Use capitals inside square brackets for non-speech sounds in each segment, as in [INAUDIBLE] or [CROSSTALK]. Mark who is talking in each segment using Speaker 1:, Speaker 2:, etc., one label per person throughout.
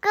Speaker 1: 哥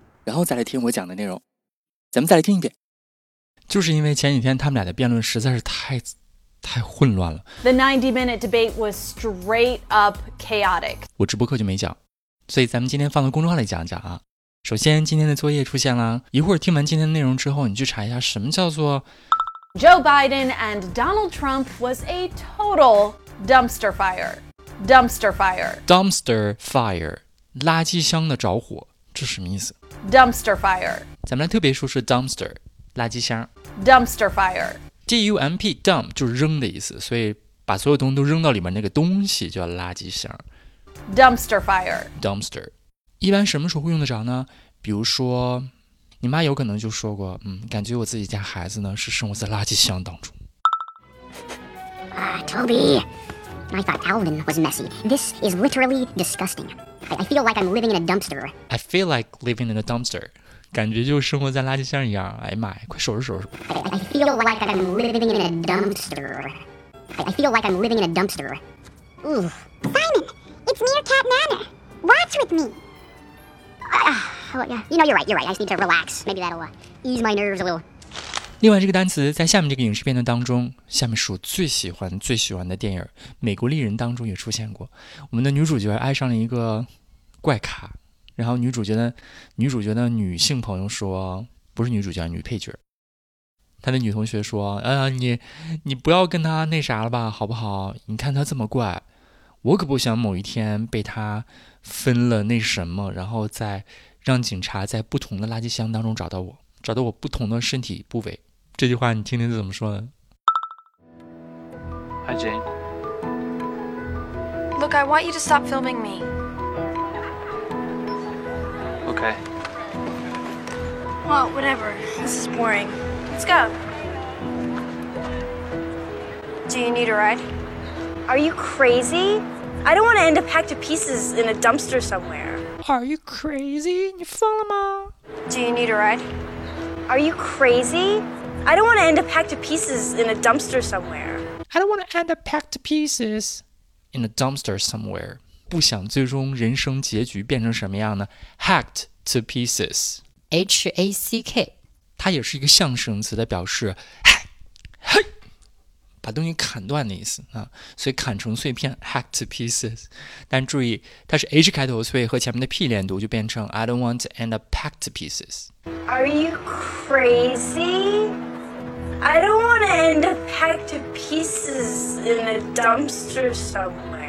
Speaker 2: 然后再来听我讲的内容。咱们再来听一遍。就是因为前几天他们俩的辩论实在是太太混乱了，
Speaker 3: The 90 minute debate was straight up chaotic.
Speaker 2: 我直播课就没讲，所以咱们今天放到公众号里讲一讲啊。首先，今天的作业出现啦，一会儿听完今天的内容之后，你去查一下什么叫做
Speaker 3: Joe Biden and Donald Trump was a total dumpster fire. Dumpster fire.
Speaker 2: dumpster fire，垃圾箱的着火，这什么意思？
Speaker 3: Dumpster fire.
Speaker 2: 咱们来特别说是 dumpster，垃圾箱
Speaker 3: Dumpster fire.
Speaker 2: ，d u m p dump 就是扔的意思，所以把所有东西都扔到里面那个东西叫垃圾箱
Speaker 3: Dumpster fire.
Speaker 2: dumpster。一般什么时候会用得着呢？比如说，你妈有可能就说过，嗯，感觉我自己家孩子呢是生活在垃圾箱当中。
Speaker 4: Ah, Toby! I thought Alvin was messy. This is literally disgusting. I, I feel like I'm living in a dumpster.
Speaker 2: I feel like living in a dumpster，感觉就生活在垃圾箱一样。哎呀妈呀，快收拾收拾吧！
Speaker 4: I, I- I feel like I'm living in a dumpster. I, I feel like I'm living in a dumpster. Ooh. Simon! It's Meerkat Nana! Watch with me! oh, yeah. You know, you're right, you're right. I just need to relax. Maybe that'll uh, ease my nerves a little.
Speaker 2: 另外，这个单词在下面这个影视片段当中，下面是我最喜欢、最喜欢的电影《美国丽人》当中也出现过。我们的女主角爱上了一个怪咖，然后女主角的女主角的女性朋友说，不是女主角，女配角，她的女同学说：“啊、你你不要跟他那啥了吧，好不好？你看他这么怪，我可不想某一天被他分了那什么，然后再让警察在不同的垃圾箱当中找到我，找到我不同的身体部位。”这句话你听听是怎么说的？
Speaker 5: Hi, Jane.
Speaker 6: Look, I want you to stop filming me.
Speaker 5: Okay.
Speaker 6: Well, whatever. This is boring. Let's go. Do you need a ride? Are you crazy? I don't want to end up hacked to pieces in a dumpster somewhere.
Speaker 2: Are you crazy？你疯了吗？
Speaker 6: Do you need a ride? Are you crazy? I don't want to end up hacked to pieces in a dumpster somewhere.
Speaker 2: I don't want to end up packed to pieces in a dumpster somewhere。不想最终人生结局变成什么样呢？Hacked to pieces，
Speaker 7: H A C K
Speaker 2: 它也是一个象声词的表示，嗨，嘿，把东西砍断的意思啊，所以砍成碎片，hacked to pieces。但注意，它是 H 开头，所以和前面的 P 连读就变成 I don't want to end up packed to pieces。
Speaker 6: Are you crazy? I don't want to end up hacked to pieces in a dumpster somewhere.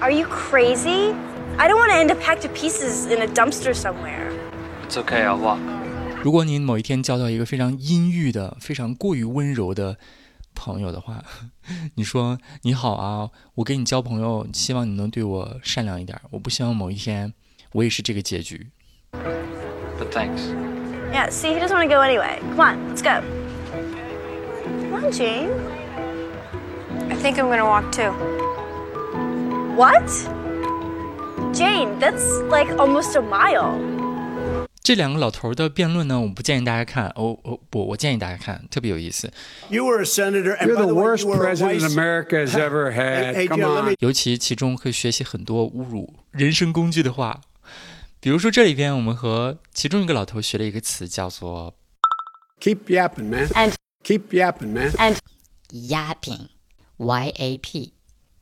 Speaker 6: Are you crazy? I don't want to end up hacked to pieces in a dumpster somewhere.
Speaker 5: It's okay, I'll walk.
Speaker 2: 如果您某一天交到一个非常阴郁的、非常过于温柔的朋友的话， [LAUGHS] 你说你好啊，我跟你交朋友，希望你能对我善良一点儿，我不希望某一天我也是这个结局。
Speaker 5: But thanks.
Speaker 6: Yeah, see, he doesn't want to go anyway. Come on, let's go. Come on, Jane. I think I'm gonna walk too. What? Jane, that's like almost a mile.
Speaker 2: 这两个老头儿的辩论呢，我不建议大家看，哦哦不，我建议大家看，特别有意思。
Speaker 8: You were a senator. And
Speaker 9: You're
Speaker 8: by
Speaker 9: the
Speaker 8: way,
Speaker 9: worst
Speaker 8: you were a
Speaker 9: president
Speaker 8: vice-
Speaker 9: America has ever had.
Speaker 8: Hey,
Speaker 9: Come
Speaker 8: Jim,
Speaker 9: on.
Speaker 8: Let me
Speaker 2: 尤其其中会学习很多侮辱人身工具的话，比如说这里边我们和其中一个老头学了一个词叫做
Speaker 9: Keep yapping, man.
Speaker 3: And-
Speaker 9: keep yapping, man.
Speaker 7: yapping Y A P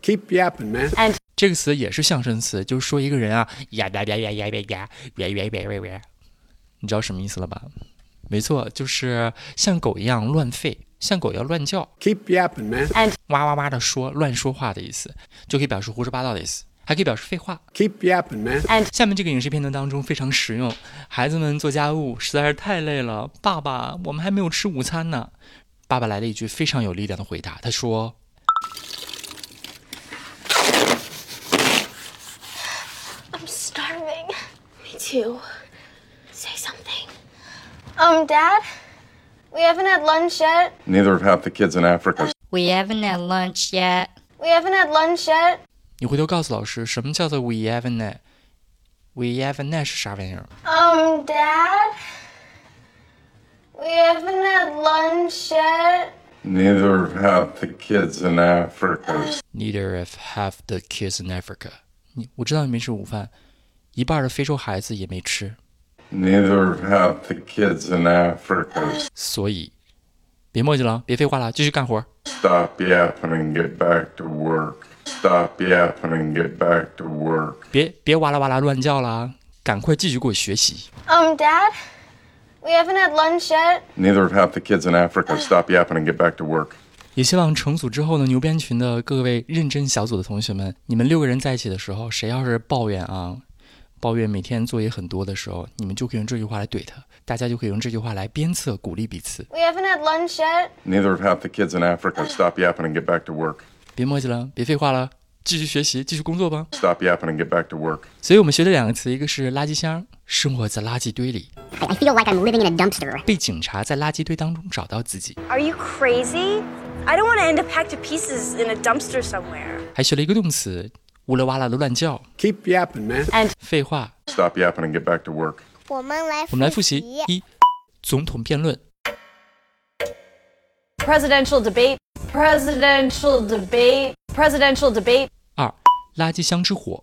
Speaker 9: keep yapping, man.
Speaker 2: 这个词也是象声词，就是说一个人啊，呀呀呀呀呀呀呀呀呀呀呀呀，你知道什么意思了吧？没错，就是像狗一样乱吠，像狗要乱叫，
Speaker 9: Keep yapping, man.
Speaker 2: 哇哇哇的说，乱说话的意思，就可以表示胡说八道的意思，还可以表示废话。
Speaker 9: Keep yapping, man.
Speaker 2: 下面这个影视片段当中非常实用，孩子们做家务实在是太累了，爸爸，我们还没有吃午餐呢。爸爸来了一句非常有力量的回答，他说
Speaker 6: I'm starving. Me too. Say something.
Speaker 8: Um, Dad? We haven't had lunch yet.
Speaker 10: Neither have half the kids in Africa.
Speaker 7: We haven't had lunch yet.
Speaker 8: We haven't had lunch yet.
Speaker 2: 你回头告诉老师，什么叫做 we haven't had，we haven't had 是啥玩意儿？
Speaker 8: Um, Dad? We haven't had lunch yet.
Speaker 10: Neither have half the kids in Africa.
Speaker 2: Neither of half the kids in Africa 你。我知道你没吃午饭，一半的非洲孩子也没吃，
Speaker 10: Neither have half the kids in Africa.
Speaker 2: 所以别墨迹了，别废话了，继续干活。
Speaker 10: Stop yapping and get back to work. Stop yapping and get back to work.
Speaker 2: 别别哇啦哇啦乱叫啦，赶快继续给我学习。
Speaker 8: Um, Dad? We haven't had lunch yet.
Speaker 10: Neither have half the kids in Africa. Stop yapping and get back to work.
Speaker 2: 也希望成组之后呢，牛鞭群的各位认真小组的同学们，你们六个人在一起的时候，谁要是抱怨啊，抱怨每天作业很多的时候，你们就可以用这句话来怼他，大家就可以用这句话来鞭策鼓励彼此。
Speaker 8: We haven't had lunch yet.
Speaker 10: Neither have half the kids in Africa. Stop yapping and get back to work.
Speaker 2: 别墨迹了，别废话了，继续学习，继续工作吧。
Speaker 10: Stop yapping and get back to work.
Speaker 2: 所以我们学的两个词，一个是垃圾箱，生活在垃圾堆里，
Speaker 4: I I feel like I'm living in a dumpster.
Speaker 2: 被警察在垃圾堆当中找到自己，
Speaker 6: Are you crazy? I don't want to end up hacked to pieces in a dumpster somewhere.
Speaker 2: 还学了一个动词，呜啦哇啦的乱叫。
Speaker 9: Keep yapping, man.
Speaker 2: 废话，
Speaker 10: Stop yapping and get back to work.
Speaker 11: 我们来
Speaker 2: 我们来复
Speaker 12: [LAUGHS]
Speaker 2: 习一，总统辩论。
Speaker 3: Presidential debate. Presidential debate. Presidential debate.
Speaker 2: 二，垃圾箱之火。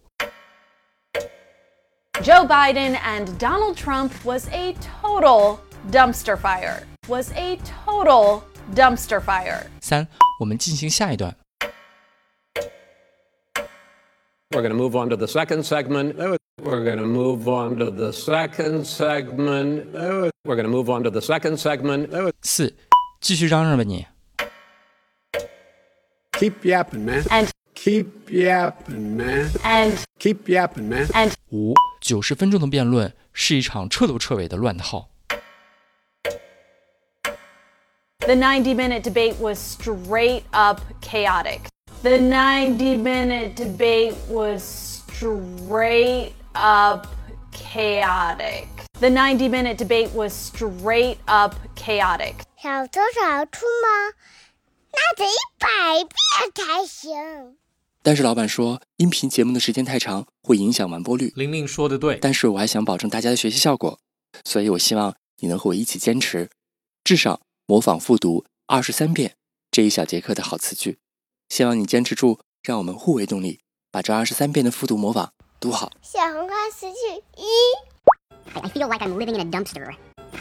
Speaker 3: Joe Biden and Donald Trump was a total dumpster fire. Was a total dumpster fire.
Speaker 2: 三，我们进行下一段。
Speaker 13: We're going to move on to the second segment. We're going to move on to the second segment. We're going to move on to the second segment.
Speaker 2: 四，继续嚷嚷吧你。
Speaker 9: Keep yapping, man.
Speaker 3: And
Speaker 9: keep yapping, man.
Speaker 3: And
Speaker 9: keep yapping, man.
Speaker 3: And
Speaker 2: 五，九十分钟的辩论是一场彻头彻尾的乱套。
Speaker 3: The 90 minute debate was straight up chaotic. The 90 minute debate was straight up chaotic. The 90 minute debate was straight up chaotic.
Speaker 12: 小偷小兔吗？那得一百遍才行。
Speaker 14: 但是老板说，音频节目的时间太长，会影响完播率。
Speaker 15: 玲玲说的对，
Speaker 14: 但是我还想保证大家的学习效果，所以我希望你能和我一起坚持，至少模仿复读二十三遍这一小节课的好词句。希望你坚持住，让我们互为动力，把这二十三遍的复读模仿读好。
Speaker 12: 小红花词句一，
Speaker 4: I I feel like I'm living in a dumpster. I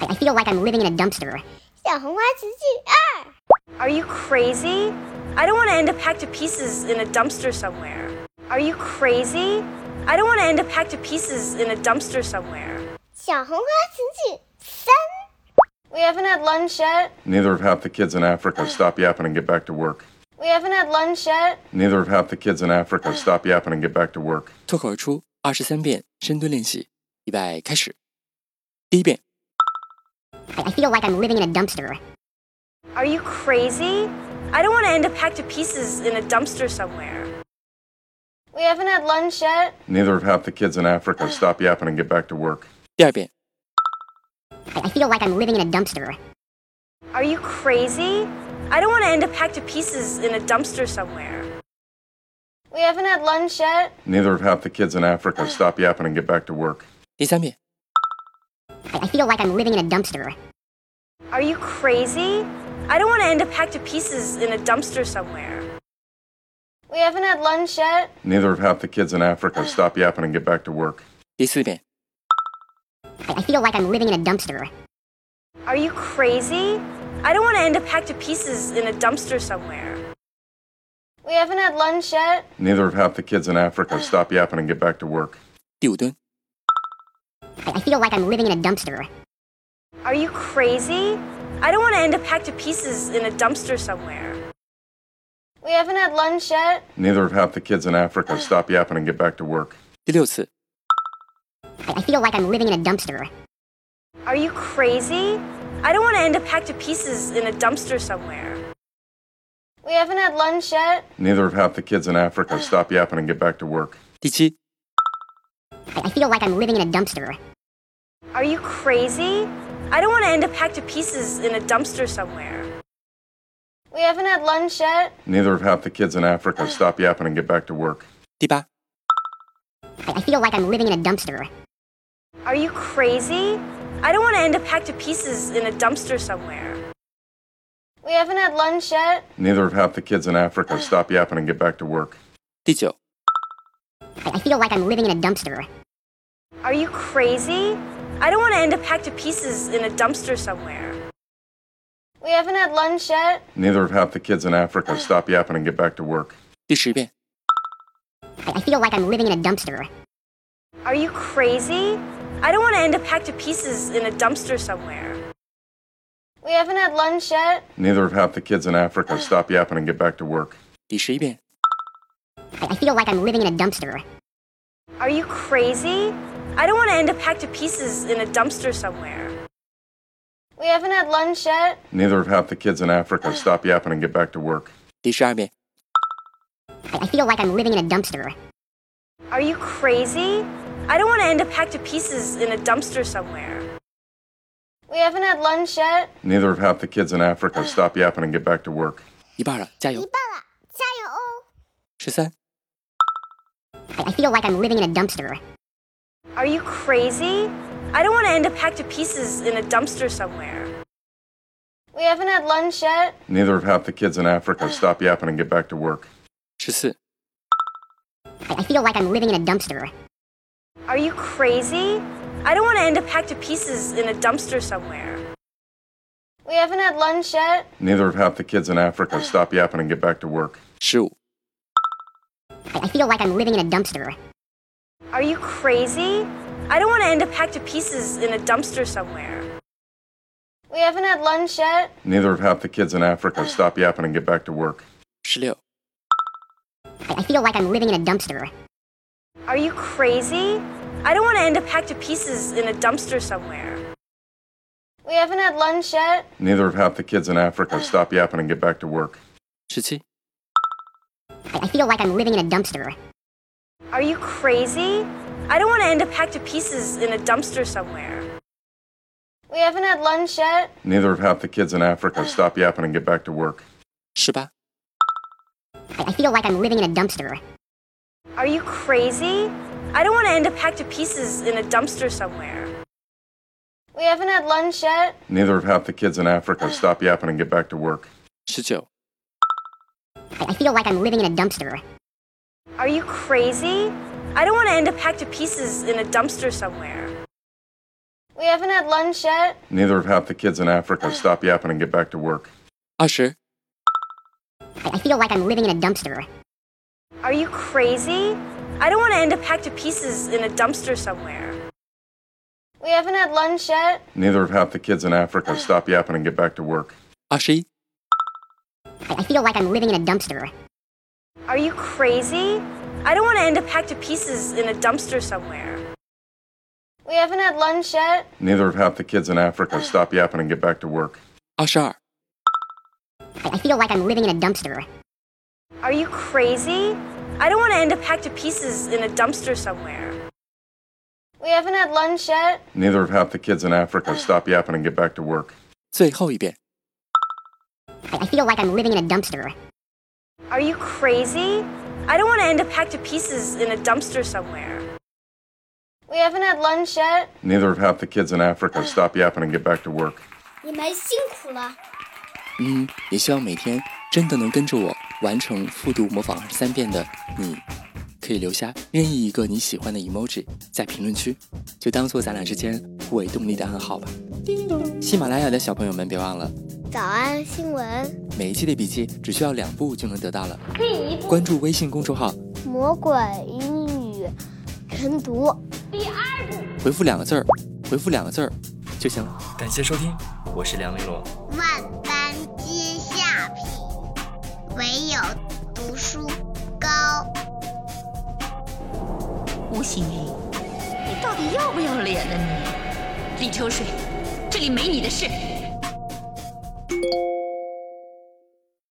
Speaker 4: I feel like I'm living in a dumpster.
Speaker 12: 小红花词句
Speaker 6: Are you crazy? I don't want to end up hacked to pieces in a dumpster somewhere. Are you crazy? I don't want to end up hacked to pieces in a dumpster somewhere.
Speaker 12: 二，小红花词句三，
Speaker 8: We haven't had lunch yet.
Speaker 10: Neither have half the kids in Africa. Stop yapping and get back to work.
Speaker 8: We haven't had lunch yet.
Speaker 10: Neither have half the kids in Africa. Stop yapping and get back to work.
Speaker 14: 脱口而出二十三遍深蹲练习，预备开始。第一遍，
Speaker 4: I I feel like I'm living in a dumpster.
Speaker 6: Are you crazy? I don't want to end up hacked to pieces in a dumpster somewhere.
Speaker 8: We haven't had lunch yet.
Speaker 10: Neither have half the kids in Africa. Stop yapping and get back to work.
Speaker 14: 第二遍，
Speaker 4: I I feel like I'm living in a dumpster.
Speaker 6: Are you crazy? I don't want to end up hacked to pieces in a dumpster somewhere.
Speaker 8: We haven't had lunch yet.
Speaker 10: Neither have half the kids in Africa. Stop yapping and get back to work.
Speaker 14: 第三遍，
Speaker 4: I I feel like I'm living in a dumpster.
Speaker 6: Are you crazy? I don't want to end up hacked to pieces in a dumpster somewhere.
Speaker 8: We haven't had lunch yet.
Speaker 10: Neither have half the kids in Africa. Stop yapping and get back to work.
Speaker 14: 第四遍，
Speaker 4: I I feel like I'm living in a dumpster.
Speaker 6: Are you crazy? I don't want to end up hacked to pieces in a dumpster somewhere.
Speaker 8: We haven't had lunch yet.
Speaker 10: Neither have half the kids in Africa. Stop yapping and get back to work.
Speaker 14: 第五蹲，
Speaker 4: I I feel like I'm living in a dumpster.
Speaker 6: Are you crazy? I don't want to end up hacked to pieces in a dumpster somewhere.
Speaker 8: We haven't had lunch yet.
Speaker 10: Neither have half the kids in Africa. Stop yapping and get back to work.
Speaker 14: 第六次，
Speaker 4: I I feel like I'm living in a dumpster.
Speaker 6: Are you crazy? I don't want to end up hacked to pieces in a dumpster somewhere.
Speaker 8: We haven't had lunch yet.
Speaker 10: Neither have half the kids in Africa. Stop yapping and get back to work.
Speaker 14: 第七，
Speaker 4: I I feel like I'm living in a dumpster.
Speaker 6: Are you crazy? I don't want to end up hacked to pieces in a dumpster somewhere.
Speaker 8: We haven't had lunch yet.
Speaker 10: Neither have half the kids in Africa. Stop yapping and get back to work.
Speaker 14: 第八，
Speaker 4: I, I feel like I'm living in a dumpster.
Speaker 6: Are you crazy? I don't want to end up hacked to pieces in a dumpster somewhere.
Speaker 8: We haven't had lunch yet.
Speaker 10: Neither have half the kids in Africa. Stop yapping and get back to work.
Speaker 14: 第九，
Speaker 4: I, I feel like I'm living in a dumpster.
Speaker 6: Are you crazy? I don't want to end up hacked to pieces in a dumpster somewhere.
Speaker 8: We haven't had lunch yet.
Speaker 10: Neither have half the kids in Africa. Stop yapping and get back to work.
Speaker 14: 第十遍，
Speaker 4: I, I feel like I'm living in a dumpster.
Speaker 6: Are you crazy? I don't want to end up hacked to pieces in a dumpster somewhere.
Speaker 8: We haven't had lunch yet.
Speaker 10: Neither have half the kids in Africa. Stop yapping and get back to work.
Speaker 14: 第十一遍，
Speaker 4: I, I feel like I'm living in a dumpster.
Speaker 6: Are you crazy? I don't want to end up hacked to pieces in a dumpster somewhere.
Speaker 8: We haven't had lunch yet.
Speaker 10: Neither have half the kids in Africa. Stop yapping and get back to work.
Speaker 14: 第十二遍，
Speaker 4: I, I feel like I'm living in a dumpster.
Speaker 6: Are you crazy? I don't want to end up hacked to pieces in a dumpster somewhere.
Speaker 8: We haven't had lunch yet.
Speaker 10: Neither have half the kids in Africa. Stop yapping and get back to work.
Speaker 14: 一半了，加
Speaker 12: 一半
Speaker 14: 油！
Speaker 12: 了，加油哦！
Speaker 14: 十三、
Speaker 4: I, I feel like I'm living in a dumpster.
Speaker 6: Are you crazy? I don't want to end up hacked to pieces in a dumpster somewhere.
Speaker 8: We haven't had lunch yet.
Speaker 10: Neither have half the kids in Africa. Stop yapping and get back to work.
Speaker 14: 十四、
Speaker 4: I, I feel like I'm living in a dumpster.
Speaker 6: Are you crazy? I don't want to end up hacked to pieces in a dumpster somewhere.
Speaker 8: We haven't had lunch yet.
Speaker 10: Neither have half the kids in Africa. Stop yapping and get back to work.
Speaker 14: 十五、
Speaker 4: I, I feel like I'm living in a dumpster.
Speaker 6: Are you crazy? I don't want to end up hacked to pieces in a dumpster somewhere.
Speaker 8: We haven't had lunch yet.
Speaker 10: Neither have half the kids in Africa. Stop yapping and get back to work.
Speaker 14: 十六、
Speaker 4: I, I feel like I'm living in a dumpster.
Speaker 6: Are you crazy? I don't want to end up hacked to pieces in a dumpster somewhere.
Speaker 8: We haven't had lunch yet.
Speaker 10: Neither have half the kids in Africa. Stop yapping and get back to work.
Speaker 14: 十七、
Speaker 4: I, I feel like I'm living in a dumpster.
Speaker 6: Are you crazy? I don't want to end up hacked to pieces in a dumpster somewhere.
Speaker 8: We haven't had lunch yet.
Speaker 10: Neither have half the kids in Africa. Stop yapping and get back to work.
Speaker 14: 十八、
Speaker 4: I, I feel like I'm living in a dumpster.
Speaker 6: Are you crazy? I don't want to end up hacked to pieces in a dumpster somewhere.
Speaker 8: We haven't had lunch yet.
Speaker 10: Neither have half the kids in Africa. Stop yapping and get back to work.
Speaker 14: 十九、
Speaker 4: I, I feel like I'm living in a dumpster.
Speaker 6: Are you crazy? I don't want to end up hacked to pieces in a dumpster somewhere.
Speaker 8: We haven't had lunch yet.
Speaker 10: Neither have half the kids in Africa. Stop yapping and get back to work.
Speaker 14: 二十、
Speaker 4: I, I feel like I'm living in a dumpster.
Speaker 6: Are you crazy? I don't want to end up hacked to pieces in a dumpster somewhere.
Speaker 8: We haven't had lunch yet.
Speaker 10: Neither have half the kids in Africa. Stop yapping and get back to work.
Speaker 14: 二十一、
Speaker 4: I, I feel like I'm living in a dumpster.
Speaker 6: Are you crazy? I don't want to end up hacked to pieces in a dumpster somewhere.
Speaker 8: We haven't had lunch yet.
Speaker 10: Neither have half the kids in Africa. Stop yapping and get back to work.
Speaker 14: 二十二、
Speaker 4: I, I feel like I'm living in a dumpster.
Speaker 6: Are you crazy? I don't want to end up hacked to pieces in a dumpster somewhere.
Speaker 8: We haven't had lunch yet.
Speaker 10: Neither have half the kids in Africa. Stop yapping and get back to work.
Speaker 14: 最后一遍。
Speaker 4: I, I feel like I'm living in a dumpster.
Speaker 6: Are you crazy? I don't want to end up hacked to pieces in a dumpster somewhere.
Speaker 8: We haven't had lunch yet.
Speaker 10: Neither have half the kids in Africa. Stop yapping and get back to work.
Speaker 12: 你们辛苦了，
Speaker 14: 嗯，也希望每天真的能跟着我完成复读模仿二十三遍的你，可以留下任意一个你喜欢的 emoji 在评论区，就当做咱俩之间互为动力的暗号吧。喜马拉雅的小朋友们，别忘了
Speaker 11: 早安新闻，
Speaker 14: 每一期的笔记只需要两步就能得到了。
Speaker 1: 可以一步
Speaker 14: 关注微信公众号，
Speaker 11: 魔鬼英语晨读。
Speaker 1: 第二步。
Speaker 14: 回复两个字儿，回复两个字儿就行了。感谢收听，我是梁玲珑。
Speaker 12: 万般皆下品，唯有读书高。
Speaker 7: 吴欣怡，你到底要不要脸呢你？李秋水，这里没你的事。